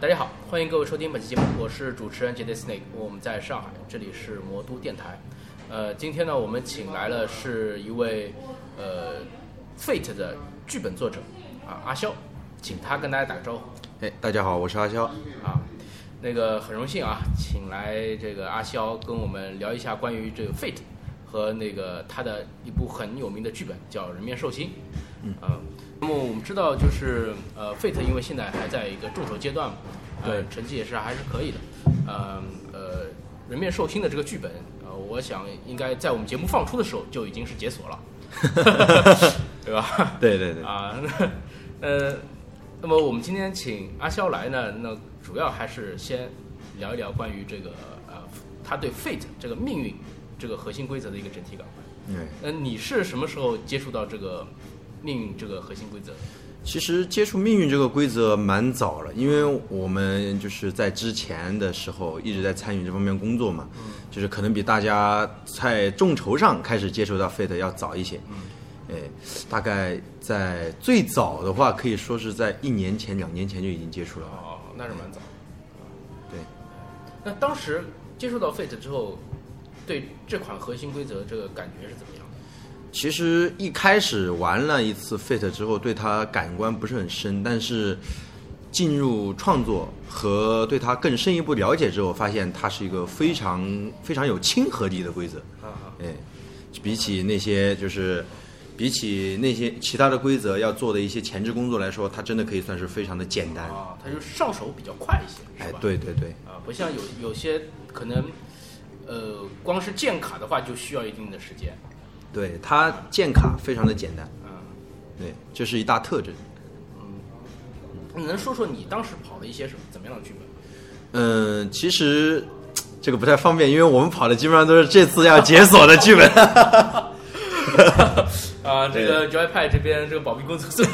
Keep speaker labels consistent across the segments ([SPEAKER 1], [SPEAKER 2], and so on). [SPEAKER 1] 大家好，欢迎各位收听本期节目，我是主持人 J D Snake，我们在上海，这里是魔都电台。呃，今天呢，我们请来了是一位呃 Fate 的剧本作者啊阿肖，请他跟大家打个招呼。
[SPEAKER 2] 哎，大家好，我是阿肖。
[SPEAKER 1] 啊，那个很荣幸啊，请来这个阿肖跟我们聊一下关于这个 Fate 和那个他的一部很有名的剧本叫《人面兽心》。嗯、那么我们知道就是呃 Fate 因为现在还在一个众筹阶段嘛，呃，
[SPEAKER 2] 对
[SPEAKER 1] 成绩也是还是可以的。呃呃，《人面兽心》的这个剧本，呃，我想应该在我们节目放出的时候就已经是解锁了， 对吧？
[SPEAKER 2] 对对对，
[SPEAKER 1] 啊，那呃，那么我们今天请阿肖来呢，那主要还是先聊一聊关于这个呃，他对 fate 这个命运这个核心规则的一个整体感观。
[SPEAKER 2] 嗯，
[SPEAKER 1] 那你是什么时候接触到这个命运这个核心规则？
[SPEAKER 2] 其实接触命运这个规则蛮早了，因为我们就是在之前的时候一直在参与这方面工作嘛，就是可能比大家在众筹上开始接触到 Fate 要早一些。哎，大概在最早的话，可以说是在一年前、两年前就已经接触了。啊
[SPEAKER 1] 哦，那是蛮早。
[SPEAKER 2] 对，
[SPEAKER 1] 那当时接触到 fate 之后，对这款核心规则这个感觉是怎么样的？
[SPEAKER 2] 其实一开始玩了一次 Fate 之后，对它感官不是很深，但是进入创作和对它更深一步了解之后，发现它是一个非常非常有亲和力的规则。
[SPEAKER 1] 啊，
[SPEAKER 2] 哎，比起那些就是比起那些其他的规则要做的一些前置工作来说，它真的可以算是非常的简单。
[SPEAKER 1] 啊，它就上手比较快一些，是
[SPEAKER 2] 哎
[SPEAKER 1] 吧？，
[SPEAKER 2] 对对对，
[SPEAKER 1] 啊，不像有有些可能，呃，光是建卡的话就需要一定的时间。
[SPEAKER 2] 对它建卡非常的简单，
[SPEAKER 1] 啊，
[SPEAKER 2] 对，这是一大特征。
[SPEAKER 1] 你能说说你当时跑了一些什么怎么样的剧本？
[SPEAKER 2] 嗯，其实这个不太方便，因为我们跑的基本上都是这次要解锁的剧本。
[SPEAKER 1] 啊，这
[SPEAKER 2] 对
[SPEAKER 1] 个 Joypad 这边这个保密工作做的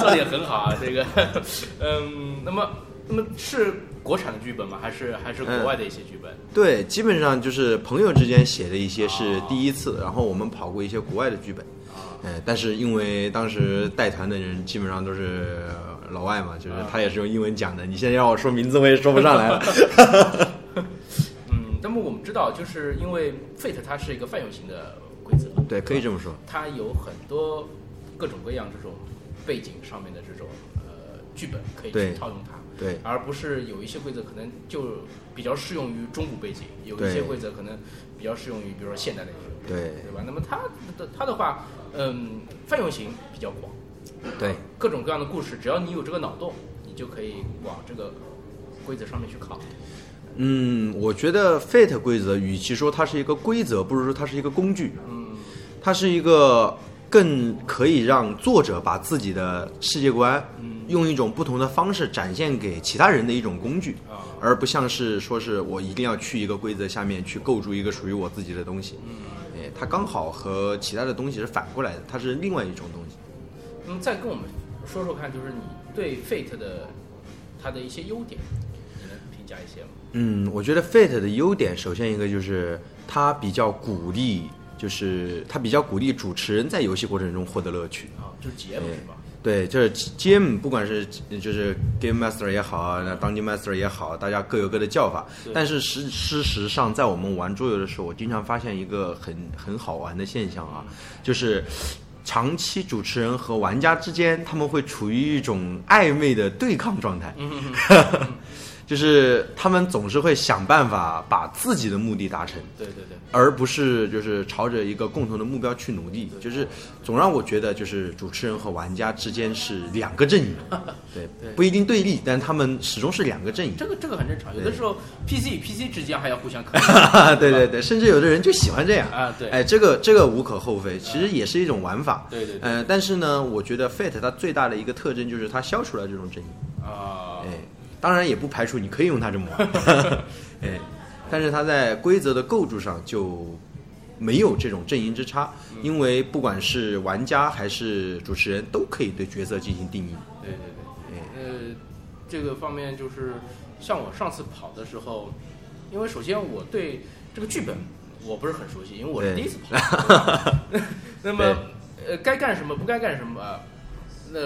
[SPEAKER 1] 做的也很好啊，这个， 嗯，那么那么是国产的剧本吗？还是还是国
[SPEAKER 2] 嗯
[SPEAKER 1] 外的一些剧本？
[SPEAKER 2] 对，基本上就是朋友之间写的一些是第一次，然后我们跑过一些国外的剧本。
[SPEAKER 1] 啊，
[SPEAKER 2] 哎，但是因为当时带团的人基本上都是老外嘛，就是他也是用英文讲的。你现在让我说名字，我也说不上来了。
[SPEAKER 1] 嗯，那么我们知道，就是因为 Fate 它是一个泛用型的规则，
[SPEAKER 2] 对，可以这么说。
[SPEAKER 1] 它有很多各种各样这种背景上面的这种呃剧本可以去
[SPEAKER 2] 对
[SPEAKER 1] 套用它。
[SPEAKER 2] 对，
[SPEAKER 1] 而不是有一些规则可能就比较适用于中古背景，有一些
[SPEAKER 2] 对
[SPEAKER 1] 规则可能比较适用于比如说现代的一些，
[SPEAKER 2] 对，
[SPEAKER 1] 对吧？那么它的它的话，嗯，泛用型比较广，
[SPEAKER 2] 对，
[SPEAKER 1] 各种各样的故事，只要你有这个脑洞，你就可以往这个规则上面去靠。
[SPEAKER 2] 嗯，我觉得 Fate 规则，与其说它是一个规则，不如说它是一个工具。
[SPEAKER 1] 嗯，
[SPEAKER 2] 它是一个更可以让作者把自己的世界观用一种不同的方式展现给其他人的一种工具，
[SPEAKER 1] 啊
[SPEAKER 2] 而不像是说是我一定要去一个规则下面去构筑一个属于我自己的东西。哎，它刚好和其他的东西是反过来的，它是另外一种东西。
[SPEAKER 1] 那么再跟我们说说看，就是你对 Fate 的它的一些优点，你能评价一些吗？
[SPEAKER 2] 嗯，我觉得 Fate 的优点，首先一个就是它比较鼓励，就是它比较鼓励主持人在游戏过程中获得乐趣。
[SPEAKER 1] 啊，就是节目是吧？
[SPEAKER 2] 对，就是 GM，不管是就是 Game Master 也好，啊那当今 Master 也好，大家各有各的叫法
[SPEAKER 1] 对。
[SPEAKER 2] 但是实事实上，在我们玩桌游的时候，我经常发现一个很很好玩的现象啊，就是长期主持人和玩家之间，他们会处于一种暧昧的对抗状态。 就是他们总是会想办法把自己的目的达成，
[SPEAKER 1] 对对对，
[SPEAKER 2] 而不是就是朝着一个共同的目标去努力，就是总让我觉得就是主持人和玩家之间是两 个阵营，对
[SPEAKER 1] 对，
[SPEAKER 2] 不一定对立，但他们始终是两个阵营。
[SPEAKER 1] 这个这个很正常，有的
[SPEAKER 2] 对
[SPEAKER 1] 时候 PC 与 PC 之间还要互相坑
[SPEAKER 2] 对对对，甚至有的人就喜欢这样
[SPEAKER 1] 啊 对
[SPEAKER 2] 哎，这个这个无可厚非，其实也是一种玩法。
[SPEAKER 1] 对对对
[SPEAKER 2] 呃，但是呢，我觉得 Fate 它最大的一个特征就是它消除了这种阵营，
[SPEAKER 1] 啊。
[SPEAKER 2] 哎，当然也不排除你可以用它这么 玩，哎，但是它在规则的构筑上就没有这种阵营之差，因为不管是玩家还是主持人都可以对角色进行定义。
[SPEAKER 1] 对对对，呃，这个方面就是像我上次跑的时候，因为首先我对这个剧本我不是很熟悉，因为我是
[SPEAKER 2] 对
[SPEAKER 1] 第一次跑。对吧那么
[SPEAKER 2] 对
[SPEAKER 1] 呃，该干什么不该干什么，那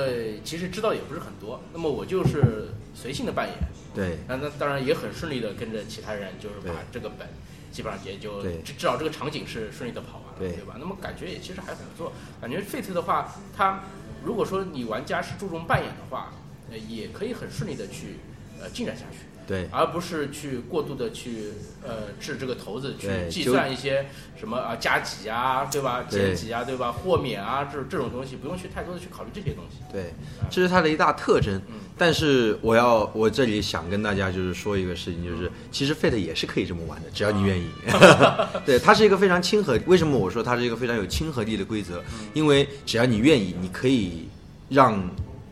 [SPEAKER 1] 其实知道也不是很多。那么我就是随性的扮演，
[SPEAKER 2] 对
[SPEAKER 1] 那那当然也很顺利的跟着其他人，就是
[SPEAKER 2] 对
[SPEAKER 1] 把这个本基本上也就
[SPEAKER 2] 对
[SPEAKER 1] 至至少这个场景是顺利的跑完了，
[SPEAKER 2] 对
[SPEAKER 1] 对吧？那么感觉也其实还不错。感觉 Fate 的话，它如果说你玩家是注重扮演的话，呃，也可以很顺利的去呃进展下去。
[SPEAKER 2] 对
[SPEAKER 1] 而不是去过度的去呃掷这个骰子，去
[SPEAKER 2] 对
[SPEAKER 1] 计
[SPEAKER 2] 就
[SPEAKER 1] 算一些什么啊加几啊，对吧？
[SPEAKER 2] 对
[SPEAKER 1] 减几啊，对吧？豁免啊，这这种东西不用去太多的去考虑这些东西。
[SPEAKER 2] 对，这是它的一大特征。但是我要我这里想跟大家就是说一个事情，就是其实 Fate 也是可以这么玩的，只要你愿意。 对，它是一个非常亲和。为什么我说它是一个非常有亲和力的规则？因为只要你愿意，你可以让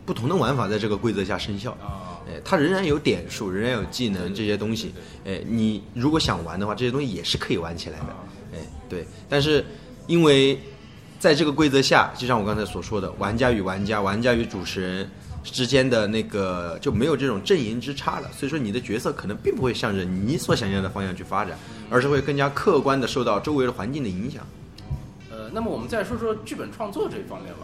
[SPEAKER 2] 不同的玩法在这个规则下生效。
[SPEAKER 1] 啊，
[SPEAKER 2] 哎，它仍然有点数，仍然有技能这些东西。哎，你如果想玩的话，这些东西也是可以玩起来的。哎，对，但是因为在这个规则下，就像我刚才所说的，玩家与玩家、玩家与主持人之间的那个就没有这种阵营之差了，所以说你的角色可能并不会向着你所想象的方向去发展，而是会更加客观的受到周围的环境的影响。
[SPEAKER 1] 呃，那么我们再说说剧本创作这一方面吧，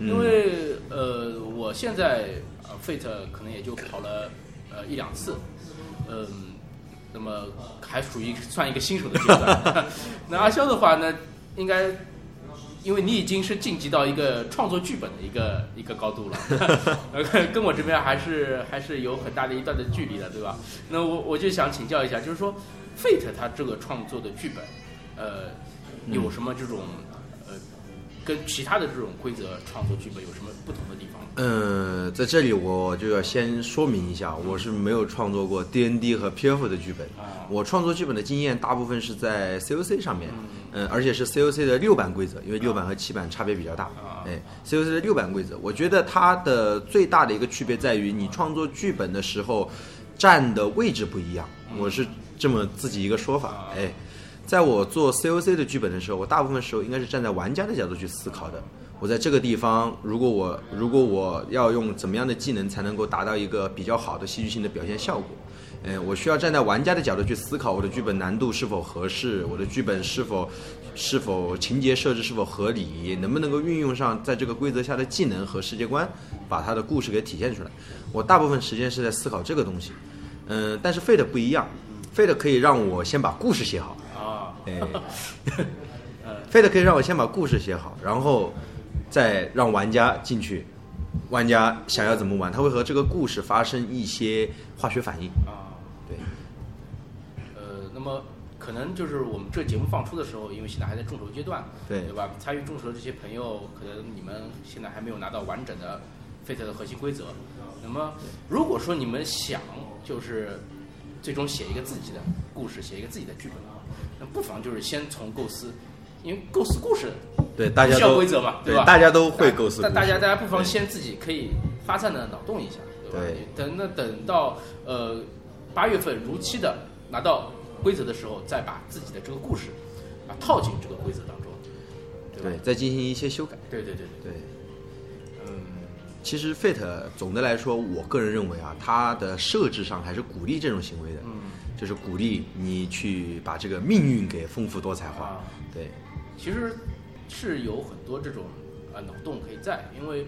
[SPEAKER 1] 因为呃，我现在呃 Fate 可能也就跑了呃一两次，嗯、那么还属于算一个新手的阶段。那阿肖的话呢，应该因为你已经是晋级到一个创作剧本的一个一个高度了，呃跟我这边还是还是有很大的一段的距离的，对吧？那我我就想请教一下，就是说 Fate 它这个创作的剧本，呃，有什么这种呃跟其他的这种规则创作剧本有什么不同的地方？
[SPEAKER 2] 嗯，在这里我就要先说明一下，我是没有创作过 D N D 和 P F 的剧本
[SPEAKER 1] 啊。
[SPEAKER 2] 我创作剧本的经验大部分是在 C O C 上面，嗯，而且是 C O C 的六版规则，因为六版和七版差别比较大
[SPEAKER 1] 啊。
[SPEAKER 2] 哎，C O C 的六版规则，我觉得它的最大的一个区别在于你创作剧本的时候站的位置不一样。
[SPEAKER 1] 嗯
[SPEAKER 2] 我是这么自己一个说
[SPEAKER 1] 啊
[SPEAKER 2] 法，哎。在我做 COC 的剧本的时候，我大部分时候应该是站在玩家的角度去思考的。我在这个地方，如果我如果我要用怎么样的技能才能够达到一个比较好的戏剧性的表现效果？嗯，我需要站在玩家的角度去思考我的剧本难度是否合适，我的剧本是否是否情节设置是否合理，能不能够运用上在这个规则下的技能和世界观，把它的故事给体现出来。我大部分时间是在思考这个东西。嗯，但是 Fate 不一样，Fate 可以让我先把故事写好。
[SPEAKER 1] 啊，
[SPEAKER 2] 哎，非得可以让我先把故事写好，然后再让玩家进去，玩家想要怎么玩，他会和这个故事发生一些化学反应。
[SPEAKER 1] 啊，
[SPEAKER 2] 对，
[SPEAKER 1] 呃，那么可能就是我们这节目放出的时候，因为现在还在众筹阶段，
[SPEAKER 2] 对
[SPEAKER 1] 对吧？参与众筹的这些朋友，可能你们现在还没有拿到完整的 Fate 的核心规则。那么，如果说你们想就是最终写一个自己的故事，写一个自己的剧本的话，那不妨就是先从构思，因为构思故事
[SPEAKER 2] 对，大家
[SPEAKER 1] 需要
[SPEAKER 2] 都
[SPEAKER 1] 规则嘛，
[SPEAKER 2] 对
[SPEAKER 1] 吧？
[SPEAKER 2] 大家都会构思故
[SPEAKER 1] 但
[SPEAKER 2] 事。
[SPEAKER 1] 大家大家不妨
[SPEAKER 2] 对
[SPEAKER 1] 先自己可以发散的脑洞一下，对吧？
[SPEAKER 2] 对
[SPEAKER 1] 你等那等到呃八月份如期的拿到规则的时候，再把自己的这个故事啊套进这个规则当中，对
[SPEAKER 2] 对
[SPEAKER 1] 吧？
[SPEAKER 2] 再进行一些修改。
[SPEAKER 1] 对对对对，
[SPEAKER 2] 对，
[SPEAKER 1] 嗯
[SPEAKER 2] 其实 Fate 总的来说，我个人认为啊，它的设置上还是鼓励这种行为的，
[SPEAKER 1] 嗯
[SPEAKER 2] 就是鼓励你去把这个命运给丰富多彩化。
[SPEAKER 1] 啊，
[SPEAKER 2] 对，
[SPEAKER 1] 其实是有很多这种啊脑洞可以在，因为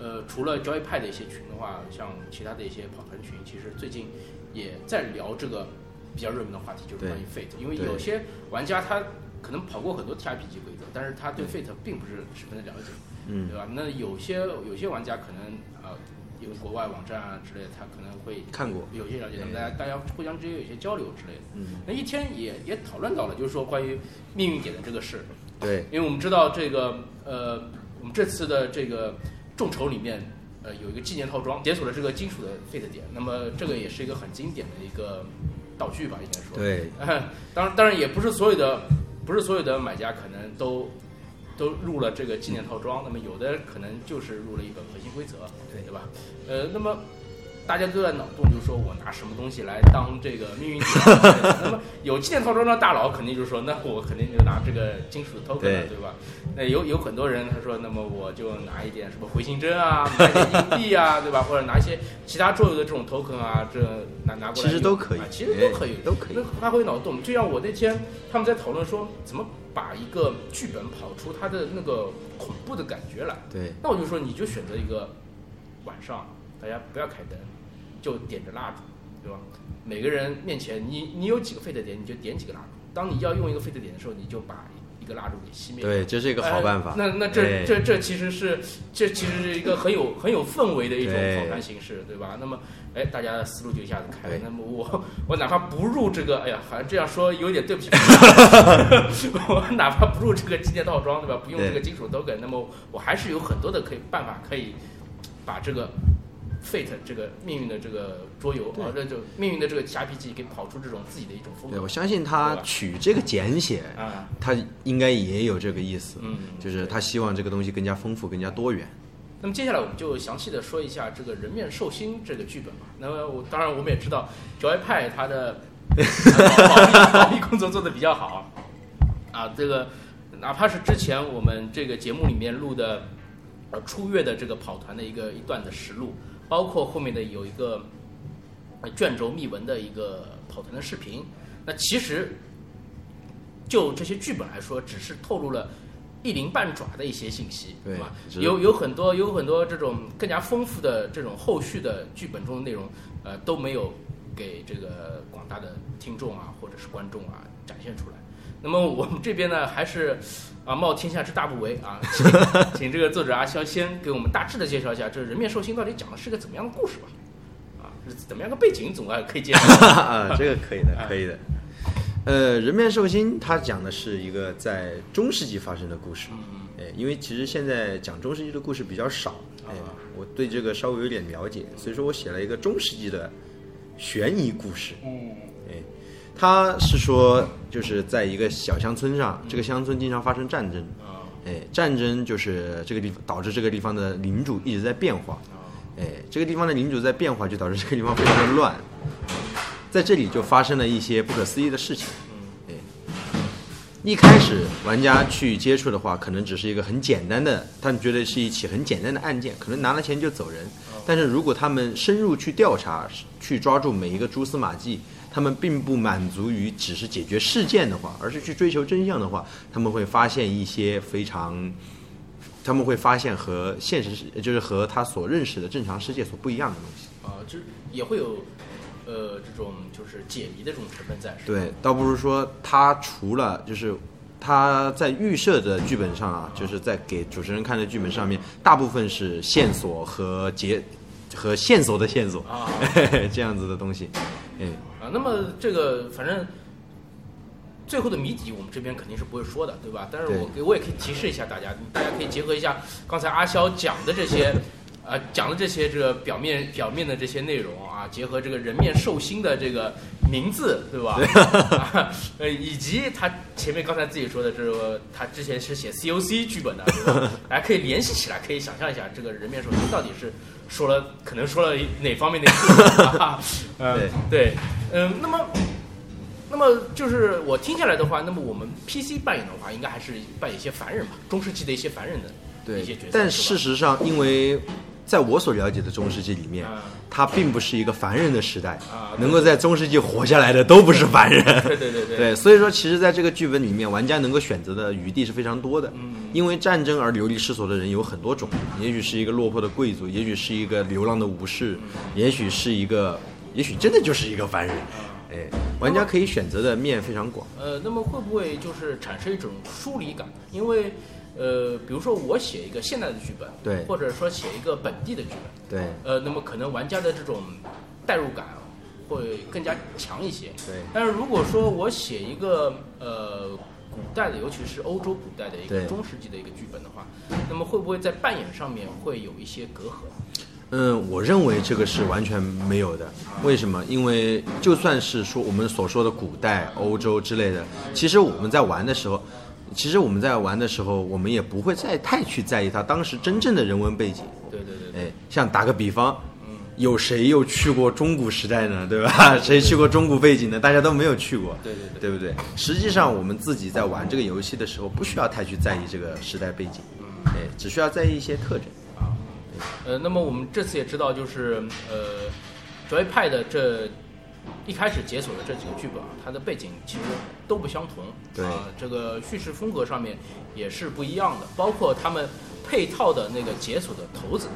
[SPEAKER 1] 呃除了交易派的一些群的话，像其他的一些跑团群，其实最近也在聊这个比较热门的话题，就是
[SPEAKER 2] 对
[SPEAKER 1] 关于 Fate，因为
[SPEAKER 2] 对
[SPEAKER 1] 有些玩家他可能跑过很多 TRPG 规则，但是他对 Fate 并不是十分的了解，
[SPEAKER 2] 嗯
[SPEAKER 1] 对，吧？那有些有些玩家可能啊。因为国外网站啊之类的，他可能会
[SPEAKER 2] 看过
[SPEAKER 1] 有些了解，那么
[SPEAKER 2] 对
[SPEAKER 1] 大家大家互相之间有些交流之类的。
[SPEAKER 2] 嗯，
[SPEAKER 1] 那一天也也讨论到了，就是说关于命运点的这个事，
[SPEAKER 2] 对，
[SPEAKER 1] 因为我们知道这个呃，我们这次的这个众筹里面，呃，有一个纪念套装，解锁了这个金属的 Fate 点，那么这个也是一个很经典的一个道具吧，应该说。
[SPEAKER 2] 对，
[SPEAKER 1] 当然，当然也不是所有的，不是所有的买家可能都都入了这个纪念套装，那么有的可能就是入了一本核心规则，
[SPEAKER 2] 对
[SPEAKER 1] 对吧？呃，那么大家都在脑洞，就是说我拿什么东西来当这个命运点？ 那么有纪念套装的大佬肯定就说，那我肯定就拿这个金属 token 了，
[SPEAKER 2] 对
[SPEAKER 1] 对吧？那有有很多人他说，那么我就拿一点什么回形针啊，拿一点硬币啊，对吧？或者拿一些其他桌游的这种 token 啊，这拿拿过来
[SPEAKER 2] 其实
[SPEAKER 1] 用
[SPEAKER 2] 都可以
[SPEAKER 1] 啊，其实都
[SPEAKER 2] 哎
[SPEAKER 1] 可以，
[SPEAKER 2] 都可以
[SPEAKER 1] 那发挥脑洞。就像我那天他们在讨论说，怎么把一个剧本跑出它的那个恐怖的感觉来。
[SPEAKER 2] 对，
[SPEAKER 1] 那我就说，你就选择一个晚上大家不要开灯，就点着蜡烛，对吧？每个人面前你你有几个 fate 点，你就点几个蜡烛。当你要用一个 fate 点的时候，你就把一个蜡烛给熄灭。
[SPEAKER 2] 对，这是一个好办法。
[SPEAKER 1] 那呃那
[SPEAKER 2] 哎
[SPEAKER 1] 这这这其实是这其实是一个很有很有氛围的一种
[SPEAKER 2] 对
[SPEAKER 1] 跑团形式，对吧？那么哎，大家的思路就一下子开了
[SPEAKER 2] 对。
[SPEAKER 1] 那么我我哪怕不入这个，哎呀，好像这样说有点 对不起，我哪怕不入这个纪念套装，对吧？不用
[SPEAKER 2] 对
[SPEAKER 1] 这个金属 token，那么我还是有很多的可以办法可以把这个 fate 这个命运的这个桌游
[SPEAKER 2] 对
[SPEAKER 1] 啊，这就命运的这个 RPG 给跑出这种自己的一种风
[SPEAKER 2] 对，
[SPEAKER 1] 格
[SPEAKER 2] 我相信他
[SPEAKER 1] 对吧
[SPEAKER 2] 取这个简写，
[SPEAKER 1] 啊，
[SPEAKER 2] 他应该也有这个意思，
[SPEAKER 1] 嗯，
[SPEAKER 2] 就是他希望这个东西更加丰富、更加 多元。
[SPEAKER 1] 那么接下来我们就详细的说一下这个人面兽心这个剧本吧。那么我当然我们也知道 Joy 派他的呃保密保密工作做得比较好啊，这个哪怕是之前我们这个节目里面录的呃初月的这个跑团的一个一段的实录，包括后面的有一个呃卷轴密文的一个跑团的视频，那其实就这些剧本来说，只是透露了一鳞半爪的一些信息，
[SPEAKER 2] 对
[SPEAKER 1] 吧？
[SPEAKER 2] 只是
[SPEAKER 1] 有有很多有很多这种更加丰富的这种后续的剧本中的内容，呃，都没有给这个广大的听众啊或者是观众啊展现出来。那么我们这边呢，还是啊冒天下之大不韪啊，请请这个作者阿肖先给我们大致的介绍一下，这人面兽心到底讲的是个怎么样的故事吧？啊，是怎么样的背景，总啊可以介绍。
[SPEAKER 2] 啊，这个可以的，可以的。呃，人面兽心，它讲的是一个在中世纪发生的故事。
[SPEAKER 1] 嗯
[SPEAKER 2] 哎，因为其实现在讲中世纪的故事比较少，哎
[SPEAKER 1] 啊，
[SPEAKER 2] 我对这个稍微有点了解，所以说我写了一个中世纪的悬疑故事。
[SPEAKER 1] 嗯
[SPEAKER 2] 哎，它是说就是在一个小乡村上，这个乡村经常发生战争，
[SPEAKER 1] 啊
[SPEAKER 2] 哎，战争就是这个地方导致这个地方的领主一直在变化，哎，这个地方的领主在变化，就导致这个地方非常的乱，在这里就发生了一些不可思议的事情。
[SPEAKER 1] 嗯
[SPEAKER 2] 哎，一开始玩家去接触的话，可能只是一个很简单的，他们觉得是一起很简单的案件，可能拿了钱就走人。但是如果他们深入去调查，去抓住每一个蛛丝马迹，他们并不满足于只是解决事件的话，而是去追求真相的话，他们会发现一些非常。他们会发现和现实世，就是和他所认识的正常世界所不一样的东西。
[SPEAKER 1] 啊，就是也会有呃这种就是解谜的这种成分在，是吧？
[SPEAKER 2] 对，倒不如说他除了就是他在预设的剧本上啊，就是在给主持人看的剧本上面，大部分是线索和结和线索的线索
[SPEAKER 1] 啊
[SPEAKER 2] 这样子的东西。哎，
[SPEAKER 1] 啊，那么这个反正最后的谜底我们这边肯定是不会说的，对吧？但是我给我也可以提示一下大家，大家可以结合一下刚才阿肖讲的这些，呃，讲的这些这个表面表面的这些内容啊，结合这个人面兽心的这个名字，对 吧？啊呃，以及他前面刚才自己说的这个，他之前是写 COC 剧本的，对 吧？大家可以联系起来，可以想象一下这个人面兽心到底是说了可能说了哪方面的内容 啊？嗯
[SPEAKER 2] 对
[SPEAKER 1] 对，嗯，那么。那么就是我听下来的话，那么我们 PC 扮演的话，应该还是扮演一些凡人吧，中世纪的一些凡人的一些
[SPEAKER 2] 对
[SPEAKER 1] 角色。，
[SPEAKER 2] 但
[SPEAKER 1] 是
[SPEAKER 2] 事
[SPEAKER 1] 吧
[SPEAKER 2] 实上，因为在我所了解的中世纪里面
[SPEAKER 1] 啊。
[SPEAKER 2] 它并不是一个凡人的时代
[SPEAKER 1] 啊，对
[SPEAKER 2] 能够在中世纪活下来的都不是凡人。
[SPEAKER 1] 对对对对
[SPEAKER 2] 对，所以说其实在这个剧本里面，玩家能够选择的余地是非常多的。
[SPEAKER 1] 嗯
[SPEAKER 2] 因为战争而流离失所的人有很多种，也许是一个落魄的贵族，也许是一个流浪的武士，
[SPEAKER 1] 嗯
[SPEAKER 2] 也许是一个，也许真的就是一个凡人。
[SPEAKER 1] 啊
[SPEAKER 2] 哎，玩家可以选择的面非常广。
[SPEAKER 1] 呃，那么会不会就是产生一种疏离感？因为呃，比如说我写一个现代的剧本，
[SPEAKER 2] 对
[SPEAKER 1] 或者说写一个本地的剧本，
[SPEAKER 2] 对
[SPEAKER 1] 呃，那么可能玩家的这种代入感会更加强一些。
[SPEAKER 2] 对
[SPEAKER 1] 但是如果说我写一个呃古代的，尤其是欧洲古代的一个
[SPEAKER 2] 对
[SPEAKER 1] 中世纪的一个剧本的话，那么会不会在扮演上面会有一些隔阂？
[SPEAKER 2] 嗯，我认为这个是完全没有的。为什么？因为就算是说我们所说的古代、欧洲之类的，其实我们在玩的时候，其实我们在玩的时候，我们也不会再太去在意它当时真正的人文背景。
[SPEAKER 1] 对对对对，
[SPEAKER 2] 哎，像打个比方，有谁又去过中古时代呢？对吧？ 谁去过中古背景呢？大家都没有去过，
[SPEAKER 1] 对对对
[SPEAKER 2] 对不对？实际上，我们自己在玩这个游戏的时候，不需要太去在意这个时代背景，
[SPEAKER 1] 嗯
[SPEAKER 2] 哎，只需要在意一些特征。
[SPEAKER 1] 啊，呃，那么我们这次也知道，就是呃，Joy 派的这一开始解锁的这几个剧本啊，它的背景其实都不相同，
[SPEAKER 2] 对
[SPEAKER 1] 啊，这个叙事风格上面也是不一样的，包括他们配套的那个解锁的骰子，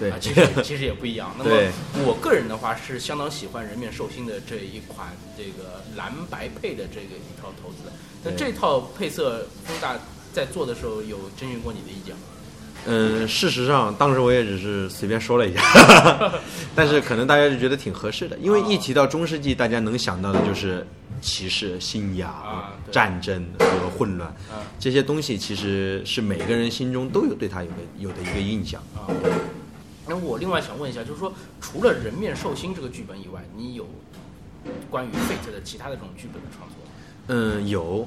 [SPEAKER 2] 对
[SPEAKER 1] 啊，其实也其实也不一样。 那么
[SPEAKER 2] 对
[SPEAKER 1] 我个人的话是相当喜欢人面兽心的这一款这个蓝白配的这个一套投资。那
[SPEAKER 2] 对
[SPEAKER 1] 这套配色，风大在做的时候有征询过你的意见吗？
[SPEAKER 2] 嗯，事实上，当时我也只是随便说了一下， 但是可能大家就觉得挺合适的，因为一提到中世纪，大家能想到的就是骑士、信仰、
[SPEAKER 1] 啊对
[SPEAKER 2] 战争和混乱
[SPEAKER 1] 嗯
[SPEAKER 2] 这些东西，其实是每个人心中都有对他有的有的一个印象。
[SPEAKER 1] 啊。那我另外想问一下，就是说，除了人面兽心这个剧本以外，你有关于 Fate 的其他的这种剧本的创作吗？
[SPEAKER 2] 嗯，有，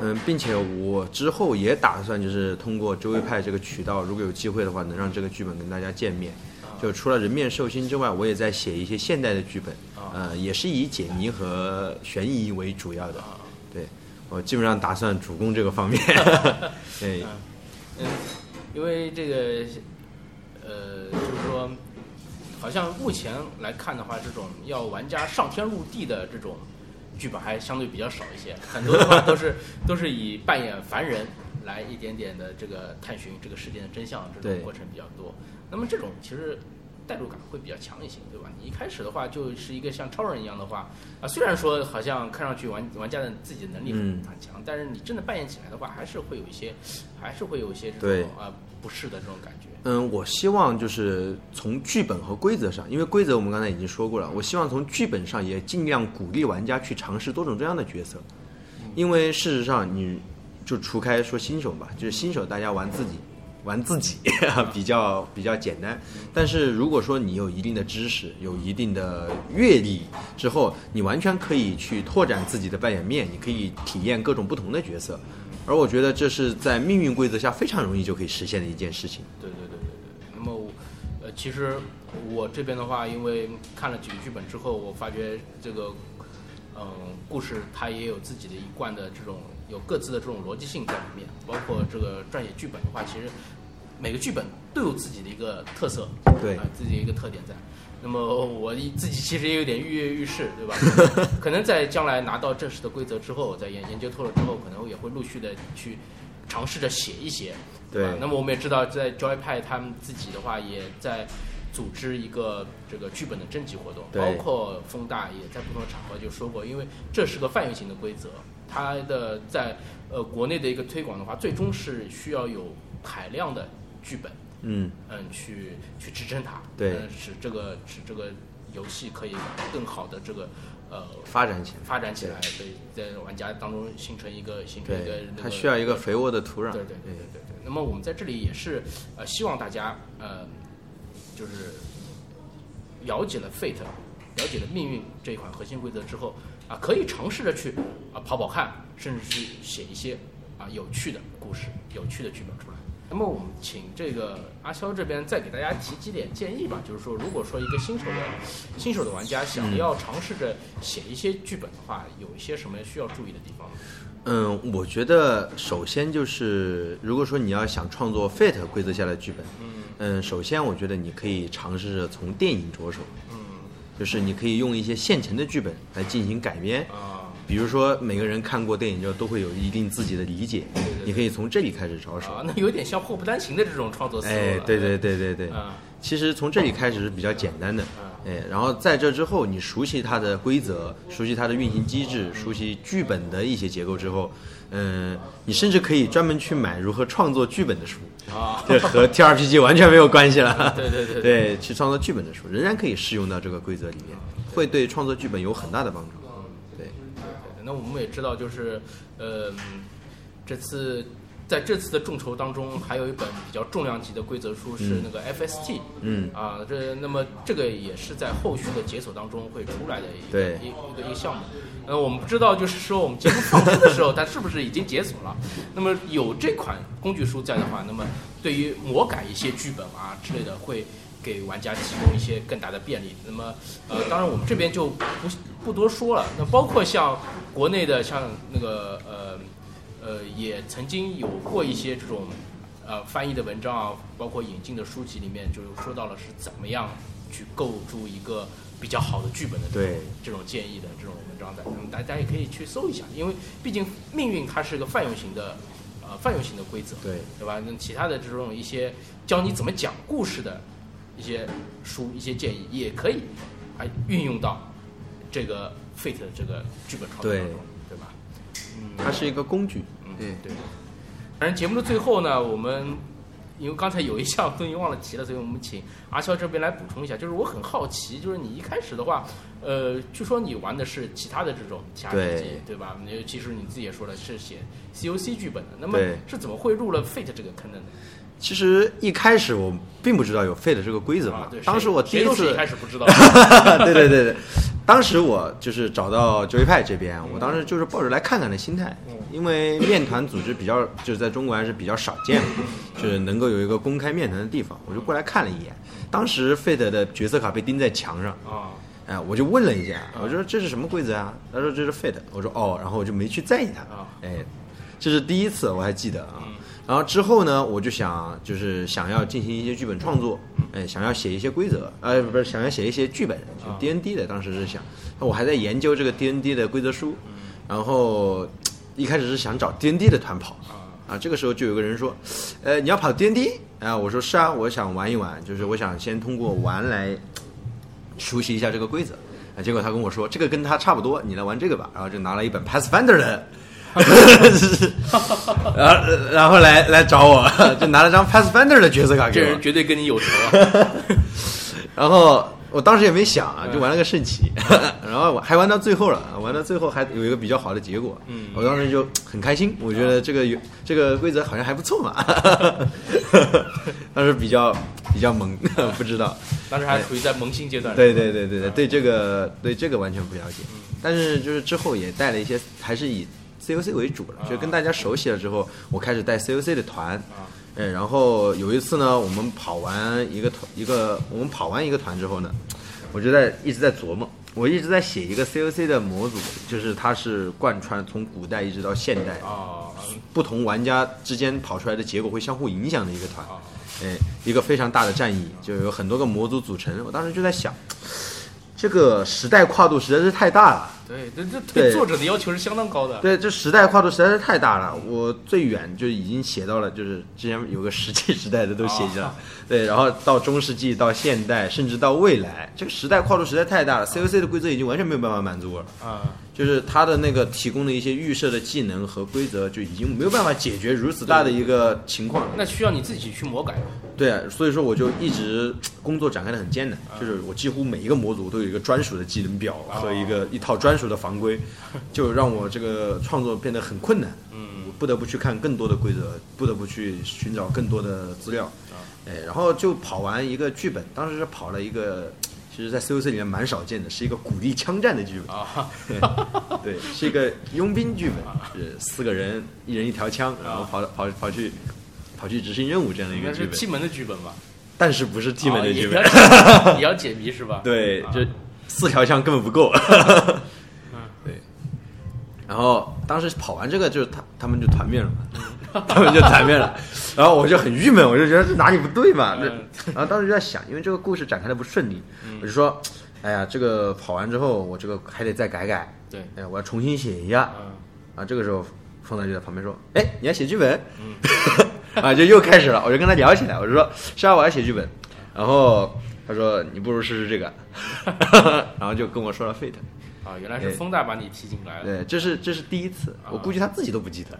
[SPEAKER 2] 嗯，并且我之后也打算就是通过周围派这个渠道，如果有机会的话，能让这个剧本跟大家见面。就除了人面兽心之外，我也在写一些现代的剧本，呃，也是以解谜和悬疑为主要的。
[SPEAKER 1] 啊，
[SPEAKER 2] 对，我基本上打算主攻这个方面。 对，
[SPEAKER 1] 嗯，因为这个，呃，就是说，好像目前来看的话，这种要玩家上天入地的这种剧本还相对比较少一些，很多的话都是都是以扮演凡人来一点点的这个探寻这个事件的真相这
[SPEAKER 2] 对
[SPEAKER 1] 种过程比较多。那么这种其实。代入感会比较强一些，对吧？你一开始的话就是一个像超人一样的话，啊，虽然说好像看上去玩玩家的自己的能力很
[SPEAKER 2] 嗯
[SPEAKER 1] 很强，但是你真的扮演起来的话，还是会有一些，还是会有一些这
[SPEAKER 2] 对
[SPEAKER 1] 种啊、不适的这种感觉。
[SPEAKER 2] 嗯，我希望就是从剧本和规则上，因为规则我们刚才已经说过了，我希望从剧本上也尽量鼓励玩家去尝试多种多样的角色，因为事实上你就除开说新手吧，就是新手大家玩自己。玩自己 比较比较简单，但是如果说你有一定的知识、有一定的阅历之后，你完全可以去拓展自己的扮演面，你可以体验各种不同的角色，而我觉得这是在命运规则下非常容易就可以实现的一件事情。
[SPEAKER 1] 对对对对对。那么我，呃，其实我这边的话，因为看了几个剧本之后，我发觉这个，嗯、故事它也有自己的一贯的这种有各自的这种逻辑性在里面，包括这个撰写剧本的话，其实每个剧本都有自己的一个特色，
[SPEAKER 2] 对
[SPEAKER 1] 啊自己的一个特点在。那么我一自己其实也有点跃跃欲试，对吧？可 能可能在将来拿到正式的规则之后，在研研究透了之后，可能也会陆续的去尝试着写一写，
[SPEAKER 2] 对
[SPEAKER 1] 啊那么我们也知道，在 Joy 派他们自己的话，也在组织一个这个剧本的征集活动，
[SPEAKER 2] 对
[SPEAKER 1] 包括风大也在不同的场合就说过，因为这是个泛用型的规则，它的在呃国内的一个推广的话，最终是需要有海量的剧本，
[SPEAKER 2] 嗯，
[SPEAKER 1] 嗯，去去支撑它，
[SPEAKER 2] 对
[SPEAKER 1] 嗯使这个使这个游戏可以更好的这个呃。
[SPEAKER 2] 发展起来，
[SPEAKER 1] 发展起来，对，在玩家当中形成一个形成一个
[SPEAKER 2] 对，
[SPEAKER 1] 那
[SPEAKER 2] 它
[SPEAKER 1] 个
[SPEAKER 2] 需要一个肥沃的土壤。
[SPEAKER 1] 对对对对对对。那么我们在这里也是呃，希望大家呃，就是了解了 fate，了解了命运这一款核心规则之后啊、可以尝试着去啊、跑跑看，甚至去写一些啊、有趣的故事、有趣的剧本出来。那么我们请这个阿肖这边再给大家提几点建议吧，就是说，如果说一个新手的新手的玩家想要尝试着写一些剧本的话，有一些什么需要注意的地方吗？
[SPEAKER 2] 嗯，我觉得首先就是，如果说你要想创作 Fate 规则下的剧本，嗯，首先我觉得你可以尝试着从电影着手，
[SPEAKER 1] 嗯
[SPEAKER 2] 就是你可以用一些现成的剧本来进行改编，
[SPEAKER 1] 啊、
[SPEAKER 2] 比如说每个人看过电影之后都会有一定自己的理解
[SPEAKER 1] 对对，
[SPEAKER 2] 你可以从这里开始着手。
[SPEAKER 1] 啊，那有点像祸不单行的这种创作思路了。
[SPEAKER 2] 哎，对对对对对，
[SPEAKER 1] 啊
[SPEAKER 2] 其实从这里开始是比较简单的，
[SPEAKER 1] 嗯
[SPEAKER 2] 哎，然后在这之后，你熟悉它的规则，熟悉它的运行机制，熟悉剧本的一些结构之后，嗯、你甚至可以专门去买如何创作剧本 的书，
[SPEAKER 1] 啊，
[SPEAKER 2] 这和 T R P G 完全没有关系了。
[SPEAKER 1] 对对对对
[SPEAKER 2] 去创作剧本的书仍然可以适用到这个规则里面，会对创作剧本有很大的帮助。
[SPEAKER 1] 嗯
[SPEAKER 2] 对，
[SPEAKER 1] 那我们也知道，就是呃，这次在这次的众筹当中，还有一本比较重量级的规则书是那个 FST，
[SPEAKER 2] 嗯
[SPEAKER 1] 啊，这那么这个也是在后续的解锁当中会出来的一个
[SPEAKER 2] 对
[SPEAKER 1] 一一个一个项目。呃，我们不知道，就是说我们节目放出的时候，它是不是已经解锁了？那么有这款工具书在的话，那么对于魔改一些剧本啊之类的，会给玩家提供一些更大的便利。那么，呃，当然我们这边就不不多说了。那包括像国内的像那个呃呃，也曾经有过一些这种呃翻译的文章啊，包括引进的书籍里面，就是说到了是怎么样去构筑一个比较好的剧本的这种
[SPEAKER 2] 对
[SPEAKER 1] 这种建议的这种文章在，那么大家也可以去搜一下，因为毕竟命运它是个泛用型的呃泛用型的规则，
[SPEAKER 2] 对
[SPEAKER 1] 对吧？那其他的这种一些教你怎么讲故事的一些书、一些建议，也可以啊运用到这个 Fate 这个剧本创作当中，对吧？
[SPEAKER 2] 它是一个工具。
[SPEAKER 1] 嗯，对。反正节目的最后呢，我们因为刚才有一项东西忘了提了，所以我们请阿肖这边来补充一下。就是我很好奇，就是你一开始的话，呃，据说你玩的是其他的这种 RPG，对
[SPEAKER 2] 对
[SPEAKER 1] 吧？你其实你自己也说了是写 COC 剧本的，那么
[SPEAKER 2] 对
[SPEAKER 1] 是怎么会入了 Fate 这个坑的呢？
[SPEAKER 2] 其实一开始我并不知道有 Fate 这个规则嘛，
[SPEAKER 1] 啊，对，
[SPEAKER 2] 当时我第
[SPEAKER 1] 谁谁
[SPEAKER 2] 一
[SPEAKER 1] 都是
[SPEAKER 2] 次
[SPEAKER 1] 一开始不知道，
[SPEAKER 2] 对对对对，当时我就是找到九一派这边，我当时就是抱着来看看的心态，因为面团组织比较 就是在中国还是比较少见的，就是能够有一个公开面谈的地方，我就过来看了一眼。当时 Fate 的角色卡被钉在墙上，
[SPEAKER 1] 啊，
[SPEAKER 2] 哎，我就问了一下，我说这是什么规则啊？他说这是 Fate，我说哦，然后我就没去在意它
[SPEAKER 1] 啊，嗯
[SPEAKER 2] 哎，这是第一次我还记得啊。然后之后呢，我就想就是想要进行一些剧本创作，
[SPEAKER 1] 嗯
[SPEAKER 2] 哎，想要写一些规则，呃，不是想要写一些剧本，就
[SPEAKER 1] 啊
[SPEAKER 2] D N D 的，当时是想，我还在研究这个 D N D 的规则书，
[SPEAKER 1] 嗯
[SPEAKER 2] 然后嘖一开始是想找 D N D 的团跑。啊，这个时候就有个人说，呃，你要跑 D N D 啊？我说是啊，我想玩一玩，就是我想先通过玩来熟悉一下这个规则。啊，结果他跟我说，这个跟他差不多，你来玩这个吧。然后就拿了一本 Pathfinder 的，然后 然后来来找我，就拿了张 Pathfinder 的角色卡
[SPEAKER 1] 这
[SPEAKER 2] 给我
[SPEAKER 1] 人。绝对跟你有仇啊！
[SPEAKER 2] 然后我当时也没想啊，
[SPEAKER 1] 嗯
[SPEAKER 2] 就玩了个圣骑， 然后我还玩到最后了，玩到最后还有一个比较好的结果。
[SPEAKER 1] 嗯
[SPEAKER 2] 我当时就很开心，我觉得这个有这个规则好像还不错嘛。 当时比较比较萌，不知道。
[SPEAKER 1] 当时还处于在萌新阶段，
[SPEAKER 2] 对对对对对，对这个对这个完全不了解，
[SPEAKER 1] 嗯
[SPEAKER 2] 但是就是之后也带了一些，还是以 COC 为主了，就跟大家熟悉了之后，我开始带 COC 的团
[SPEAKER 1] 啊，
[SPEAKER 2] 嗯，然后有一次呢，我们跑完一个团一个，我们跑完一个团之后呢，我就在一直在琢磨。我一直在写一个 COC 的模组，就是它是贯穿从古代一直到现代，
[SPEAKER 1] 啊，嗯
[SPEAKER 2] 不同玩家之间跑出来的结果会相互影响的一个团
[SPEAKER 1] 啊，
[SPEAKER 2] 哎，一个非常大的战役，就有很多个模组组成。我当时就在想，这个时代跨度实在是太大了。
[SPEAKER 1] 对，这这对
[SPEAKER 2] 对
[SPEAKER 1] 作者的要求是相当高的，
[SPEAKER 2] 对，这时代跨度实在是太大了。我最远就已经写到了，就是之前有个石器时代的都写进来，
[SPEAKER 1] 啊
[SPEAKER 2] 对，然后到中世纪，到现代，甚至到未来，这个时代跨度实在太大了。COC 的规则已经完全没有办法满足我了。
[SPEAKER 1] 啊，
[SPEAKER 2] 就是他的那个提供的一些预设的技能和规则，就已经没有办法解决如此大的一个情况了。
[SPEAKER 1] 那需要你自己去魔改，
[SPEAKER 2] 对啊，所以说我就一直工作展开的很艰难，
[SPEAKER 1] 啊
[SPEAKER 2] 就是我几乎每一个模组都有一个专属的技能表和一个一套专属的防规，就让我这个创作变得很困难。
[SPEAKER 1] 嗯，
[SPEAKER 2] 我不得不去看更多的规则，不得不去寻找更多的资料。
[SPEAKER 1] 啊
[SPEAKER 2] 哎，然后就跑完一个剧本，当时是跑了一个，其实在 COC 里面蛮少见的，是一个鼓励枪战的剧本。
[SPEAKER 1] 啊，
[SPEAKER 2] 对，是一个佣兵剧本，是四个人，一人一条枪，然后跑跑跑去跑去执行任务这样的一
[SPEAKER 1] 啊应
[SPEAKER 2] 个
[SPEAKER 1] 该
[SPEAKER 2] 剧
[SPEAKER 1] 是
[SPEAKER 2] 本。
[SPEAKER 1] 七门的剧本吧？啊
[SPEAKER 2] 但是不是 T 门的剧本？
[SPEAKER 1] 本，哦也要解谜是吧？
[SPEAKER 2] 对
[SPEAKER 1] 啊，
[SPEAKER 2] 这四条枪根本 不够。对。然后当时跑完这个，就是他他们就团灭了
[SPEAKER 1] 嗯
[SPEAKER 2] 嘛，他们就团灭 了。然后我就很郁闷，我就觉得这哪里不对嘛。这
[SPEAKER 1] 嗯
[SPEAKER 2] 然后当时就在想，因为这个故事展开的不顺利，我就说，哎呀，这个跑完之后，我这个还得再改改，
[SPEAKER 1] 对，
[SPEAKER 2] 哎，我要重新写一下。
[SPEAKER 1] 嗯，
[SPEAKER 2] 啊，这个时候方才就在旁边说：“哎，你要写剧本？” 啊，就又开始了。我就跟他聊起来，我就说：“是啊，我要写剧本。”然后他说：“你不如试试这个。” 然后就跟我说了 Fate。
[SPEAKER 1] 啊，原来是风大把你踢进来了，
[SPEAKER 2] 对，这是这是第一次，我估计他自己都不记得。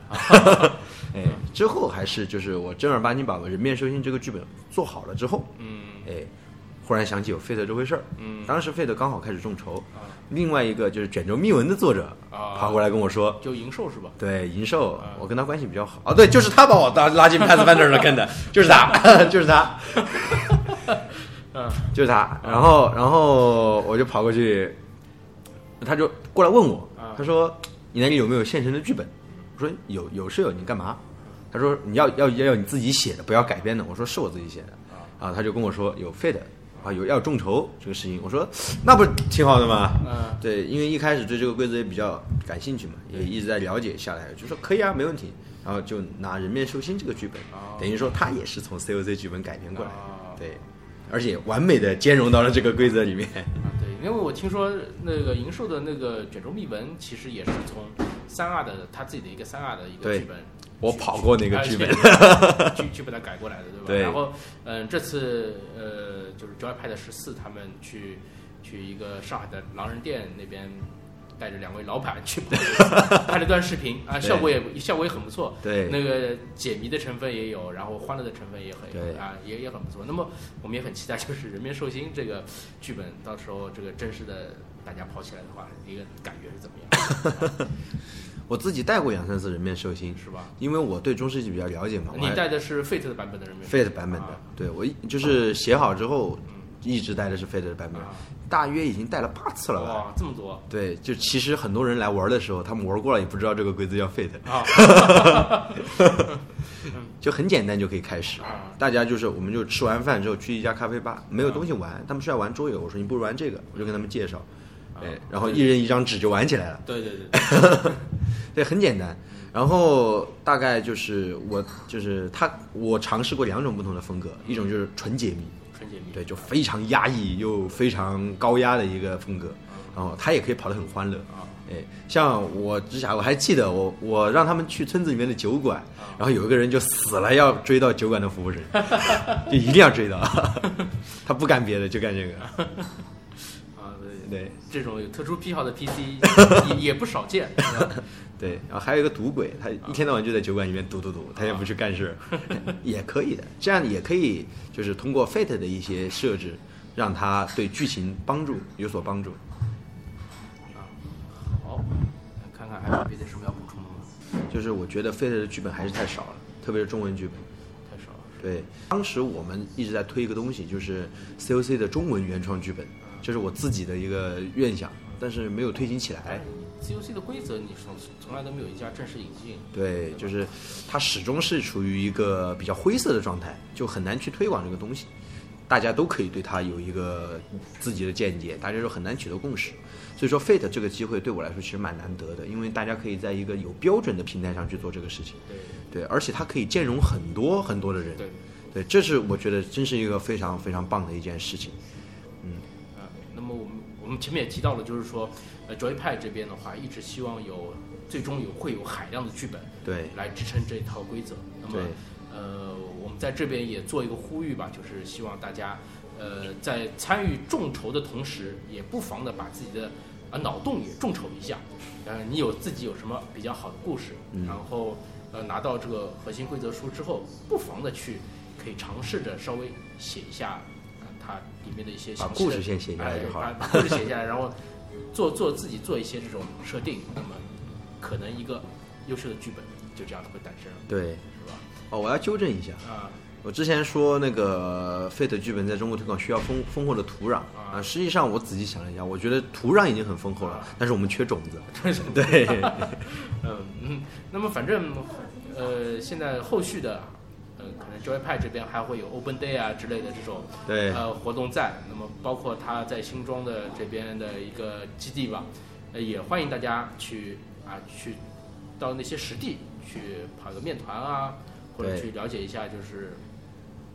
[SPEAKER 2] 哎，之后还是就是我正儿八经把《人面兽心》这个剧本做好了之后，
[SPEAKER 1] 嗯
[SPEAKER 2] 哎，忽然想起有 Fate 这回事儿。
[SPEAKER 1] 嗯，
[SPEAKER 2] 当时 Fate 刚好开始众筹
[SPEAKER 1] 啊，
[SPEAKER 2] 另外一个就是《卷轴秘闻》的作者
[SPEAKER 1] 啊
[SPEAKER 2] 跑过来跟我说：“
[SPEAKER 1] 就银兽是吧？
[SPEAKER 2] 对，银兽
[SPEAKER 1] 啊，
[SPEAKER 2] 我跟他关系比较好。哦，对，就是他把我拉拉进 Pathfinder 的 坑的，就是他， 就是他，
[SPEAKER 1] 嗯，
[SPEAKER 2] 就是他。然后，然后我就跑过去，他就过来问我
[SPEAKER 1] 啊，
[SPEAKER 2] 他说：“你那里有没有现成的剧本？”我说：“有，有是有，你干嘛？”他说：“你要要要要你自己写的，不要改编的。”我说：“是我自己写的。”啊，他就跟我说有 f 的啊，有要众筹这个事情。我说：“那不挺好的吗？”
[SPEAKER 1] 嗯
[SPEAKER 2] 对，因为一开始对这个规则也比较感兴趣嘛，也一直在了解下来，就说可以啊，没问题。然后就拿《人面兽心》这个剧本
[SPEAKER 1] 哦，
[SPEAKER 2] 等于说它也是从 COC 剧本改编过来的
[SPEAKER 1] 哦，
[SPEAKER 2] 对，而且完美的兼容到了这个规则里面。
[SPEAKER 1] 啊，对，因为我听说那个银兽的那个卷轴密文其实也是从三二的他自己的一个三二的一个
[SPEAKER 2] 对
[SPEAKER 1] 剧本
[SPEAKER 2] 我跑过那个
[SPEAKER 1] 而
[SPEAKER 2] 剧
[SPEAKER 1] 且
[SPEAKER 2] 本，
[SPEAKER 1] 剧剧本它改过来的，对吧？
[SPEAKER 2] 对
[SPEAKER 1] 然后，嗯、这次呃，就是 Joypad 十四他们去去一个上海的狼人店那边，带着两位老板去 拍了段视频啊，
[SPEAKER 2] 对
[SPEAKER 1] 效果也效果也很不错。
[SPEAKER 2] 对
[SPEAKER 1] 那个解谜的成分也有，然后欢乐的成分也很
[SPEAKER 2] 对
[SPEAKER 1] 啊，也也很不错。那么我们也很期待，就是《人面兽心》这个剧本，到时候这个真实的大家跑起来的话，一个感觉是怎么 样，
[SPEAKER 2] 我自己带过杨三四人面兽心，
[SPEAKER 1] 是吧？
[SPEAKER 2] 因为我对中世纪比较了解嘛，我
[SPEAKER 1] 你
[SPEAKER 2] 还
[SPEAKER 1] 带的是 Fate 的版本的人面
[SPEAKER 2] 啊 Fate 版本的
[SPEAKER 1] 啊，
[SPEAKER 2] 对我一就是写好之后
[SPEAKER 1] 嗯
[SPEAKER 2] 一直带的是 Fate 的版本
[SPEAKER 1] 啊，
[SPEAKER 2] 大约已经带了八次了吧。
[SPEAKER 1] 哇，这么多
[SPEAKER 2] 对，就其实很多人来玩的时候，他们玩过了也不知道这个规则叫 Fate，
[SPEAKER 1] 啊！
[SPEAKER 2] 就很简单就可以开始
[SPEAKER 1] 啊。
[SPEAKER 2] 大家就是我们就吃完饭之后去一家咖啡吧，没有东西玩，他们说要玩桌游，我说你不如玩这个，我就跟他们介绍，
[SPEAKER 1] 啊
[SPEAKER 2] 哎，然后一人一张纸就玩起来了。
[SPEAKER 1] 对对对，
[SPEAKER 2] 对，很简单。然后大概就是我就是他，我尝试过两种不同的风格，一种就是纯解谜，
[SPEAKER 1] 纯解密。
[SPEAKER 2] 对，就非常压抑又非常高压的一个风格。然后他也可以跑得很欢乐
[SPEAKER 1] 啊
[SPEAKER 2] 哎，像我之前我还记得我我让他们去村子里面的酒馆，然后有一个人就死了要追到酒馆的服务生， 就一定要追到， 他不干别的就干这个。
[SPEAKER 1] 啊，对，
[SPEAKER 2] 对
[SPEAKER 1] 这种有特殊癖好的 PC 也也不少见，是吧
[SPEAKER 2] 对，然后还有一个赌鬼，他一天到晚就在酒馆里面赌赌赌，他也不去干事， 也可以的，这样也可以就是通过 Fate 的一些设置，让他对剧情帮助有所帮助。
[SPEAKER 1] 啊好，看看还有别的什么要补充的吗？
[SPEAKER 2] 就是我觉得 Fate 的剧本还是太少了，特别是中文剧本。
[SPEAKER 1] 太少了。
[SPEAKER 2] 对，当时我们一直在推一个东西，就是 COC 的中文原创剧本，这是我自己的一个愿想，但是没有推行起来。
[SPEAKER 1] ，COC 的规则你从从来都没有一家正式引进，
[SPEAKER 2] 对，就是它始终是处于一个比较灰色的状态，就很难去推广这个东西。大家都可以对它有一个自己的见解，大家就很难取得共识。所以说，Fate 这个机会对我来说其实蛮难得的，因为大家可以在一个有标准的平台上去做这个事情。
[SPEAKER 1] 对
[SPEAKER 2] 对，而且它可以兼容很多很多的人。
[SPEAKER 1] 对，
[SPEAKER 2] 对，这是我觉得真是一个非常非常棒的一件事情。嗯
[SPEAKER 1] 啊，那么我们我们前面也提到了，就是说，呃，Joypad 这边的话，一直希望有最终有会有海量的剧本
[SPEAKER 2] 对，
[SPEAKER 1] 来支撑这一套规则。那么
[SPEAKER 2] 对，
[SPEAKER 1] 呃，我们在这边也做一个呼吁吧，就是希望大家，呃，在参与众筹的同时，也不妨的把自己的啊脑洞也众筹一下。呃，你有自己有什么比较好的故事，
[SPEAKER 2] 嗯
[SPEAKER 1] 然后呃拿到这个核心规则书之后，不妨的去可以尝试着稍微写一下，呃、它里面的一些
[SPEAKER 2] 把
[SPEAKER 1] 详细
[SPEAKER 2] 故
[SPEAKER 1] 的
[SPEAKER 2] 事先写下来就好
[SPEAKER 1] 哎
[SPEAKER 2] 了。
[SPEAKER 1] 把把故事写下来，然后做做自己做一些这种设定，那么可能一个优秀的剧本就这样会诞生了，
[SPEAKER 2] 对，
[SPEAKER 1] 是吧？
[SPEAKER 2] 哦，我要纠正一下，
[SPEAKER 1] 啊、
[SPEAKER 2] 我之前说那个 Fate 剧本在中国推广需要丰丰厚的土壤啊，实际上我仔细想了一下，我觉得土壤已经很丰厚了
[SPEAKER 1] 啊，
[SPEAKER 2] 但是我们缺种子。 对，
[SPEAKER 1] 嗯嗯，那么反正呃，现在后续的呃，可能 Joypad 这边还会有 Open Day 啊之类的这种
[SPEAKER 2] 对，
[SPEAKER 1] 呃活动在，那么包括他在新庄的这边的一个基地吧，呃，也欢迎大家去啊去到那些实地去跑个面团啊，或者
[SPEAKER 2] 对
[SPEAKER 1] 去了解一下就是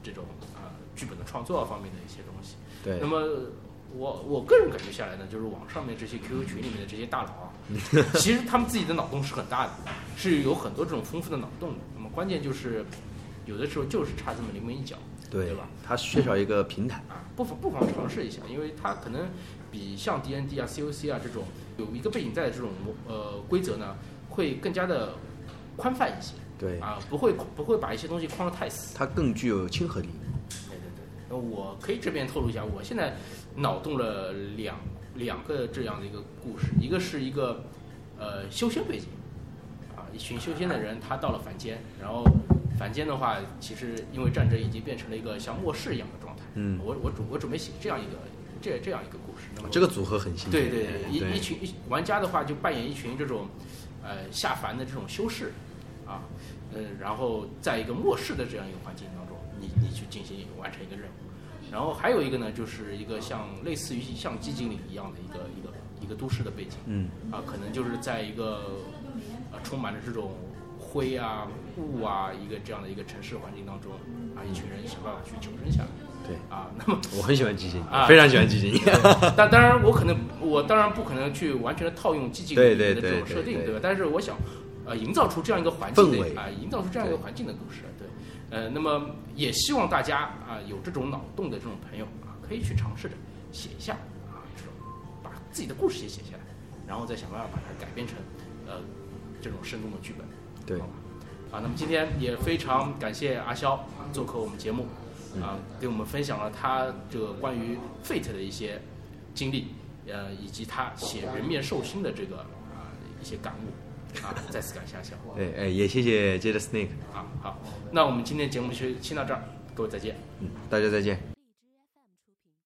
[SPEAKER 1] 这种啊、剧本的创作方面的一些东西。
[SPEAKER 2] 对
[SPEAKER 1] 那，么我我个人感觉下来呢，就是网上面这些 QQ 群里面的这些大佬 啊，其实他们自己的脑洞是很大的，是有很多这种丰富的脑洞的。那么关键就是有的时候就是差这么临门一脚，对
[SPEAKER 2] 对
[SPEAKER 1] 吧，
[SPEAKER 2] 它缺少一个平台。
[SPEAKER 1] 啊，不妨不妨尝试一下，因为它可能比像 D N D 啊、C O C 啊这种有一个背景在的这种呃规则呢，会更加的宽泛一些
[SPEAKER 2] 对，
[SPEAKER 1] 啊，不会不会把一些东西框得太死。
[SPEAKER 2] 它更具有亲和力。
[SPEAKER 1] 对对对，那我可以这边透露一下，我现在脑洞了两两个这样的一个故事，一个是一个呃修仙背景，啊，一群修仙的人他到了凡间，然后凡间的话，其实因为战争已经变成了一个像末世一样的状态。
[SPEAKER 2] 嗯，
[SPEAKER 1] 我我准我准备写这样一个这这样一个故事，那么
[SPEAKER 2] 这个组合很新。
[SPEAKER 1] 对嗯对对，一一
[SPEAKER 2] 对，
[SPEAKER 1] 群一玩家的话就扮演一群这种，呃下凡的这种修士，啊，呃，然后在一个末世的这样一个环境当中，你你去进行完成一个任务，然后还有一个呢，就是一个像类似于像寂静岭一样的一个一个一个都市的背景，
[SPEAKER 2] 嗯，
[SPEAKER 1] 啊，可能就是在一个呃充满了这种灰啊、雾啊一个这样的一个城市环境当中，啊，一群人想办法去求生下来。
[SPEAKER 2] 对
[SPEAKER 1] 啊，那么
[SPEAKER 2] 我很喜欢寂静，
[SPEAKER 1] 啊
[SPEAKER 2] 非常喜欢 寂静。
[SPEAKER 1] 但当然，我可能我当然不可能去完全的套用寂静
[SPEAKER 2] 对
[SPEAKER 1] 里面的
[SPEAKER 2] 对
[SPEAKER 1] 这种
[SPEAKER 2] 对
[SPEAKER 1] 设
[SPEAKER 2] 对
[SPEAKER 1] 定，
[SPEAKER 2] 对
[SPEAKER 1] 吧？但是我想，呃，营造出这样一个环境的
[SPEAKER 2] 氛围
[SPEAKER 1] 啊、营造出这样一个环境的故事，对，呃，那么也希望大家啊、有这种脑洞的这种朋友啊，可以去尝试着写一下啊，这种把自己的故事也写下来，然后再想办法把它改编成呃这种生动的剧本，
[SPEAKER 2] 对
[SPEAKER 1] 好吧？啊，那么今天也非常感谢阿肖啊做客我们节目，啊，给我们分享了他这个关于 Fate 的一些经历，呃，以及他写人面兽心的这个啊、一些感悟，啊，再次感谢阿肖
[SPEAKER 2] 哎哎，也谢谢接着 Snake，
[SPEAKER 1] 啊，好，那我们今天节目就先到这儿，各位再见。
[SPEAKER 2] 嗯，大家再见。